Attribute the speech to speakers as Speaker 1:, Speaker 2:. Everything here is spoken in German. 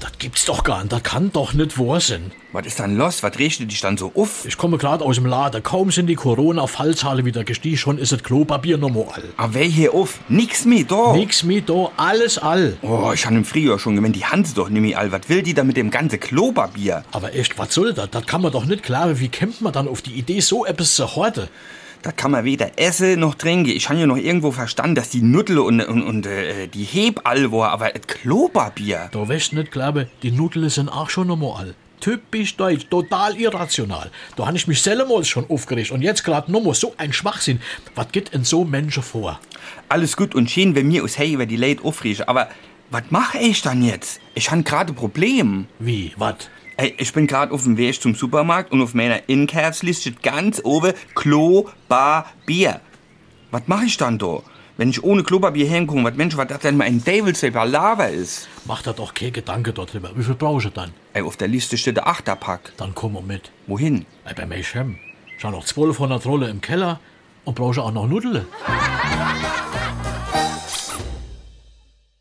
Speaker 1: Das gibt's doch gar nicht, das kann doch nicht wahr sein.
Speaker 2: Was ist dann los? Was regst du dich dann so auf?
Speaker 1: Ich komme gerade aus dem Laden, kaum sind die Corona-Fallzahlen wieder gestiegen, schon ist das Klopapier nochmal all.
Speaker 2: Aber wer Ah, hier auf? Nix mit, doch.
Speaker 1: Nix mit da, alles all.
Speaker 2: Oh, ich han im Frühjahr schon gemeint, die Hans doch nimmi all. Was will die da mit dem ganze Klopapier?
Speaker 1: Aber echt, was soll das? Das kann man doch nicht klaren. Wie kommt man dann auf die Idee, so etwas zu horten?
Speaker 2: Da kann man weder essen noch trinken. Ich han ja noch irgendwo verstanden, dass die Nüttel und, und, und äh, die Heb all war, aber das Klopapier.
Speaker 1: Da wäscht nicht glaube, die Nudeln sind auch schon nochmal all. Typisch deutsch, total irrational. Da habe ich mich selber schon aufgeregt und jetzt gerade nochmal so ein Schwachsinn. Was geht in so Menschen vor?
Speaker 2: Alles gut und schön, wenn mir aus Hey über die Late aufrieche, aber was mach ich dann jetzt? Ich han gerade Problem.
Speaker 1: Wie, was?
Speaker 2: Ey, ich bin gerade auf dem Weg zum Supermarkt und auf meiner Inkerbsliste steht ganz oben Klopapier. Was mache ich dann da? Wenn ich ohne Klopapier hinkomme, was Mensch, was das denn mal ein Devils Palaver ist?
Speaker 1: Mach da doch kein Gedanke darüber. Wie viel brauchst du dann?
Speaker 2: Ey, auf der Liste steht der Achterpack.
Speaker 1: Dann komm mal mit.
Speaker 2: Wohin?
Speaker 1: Ey, bei mir schon. Ich habe noch 1200 Rolle im Keller und brauche auch noch Nudeln.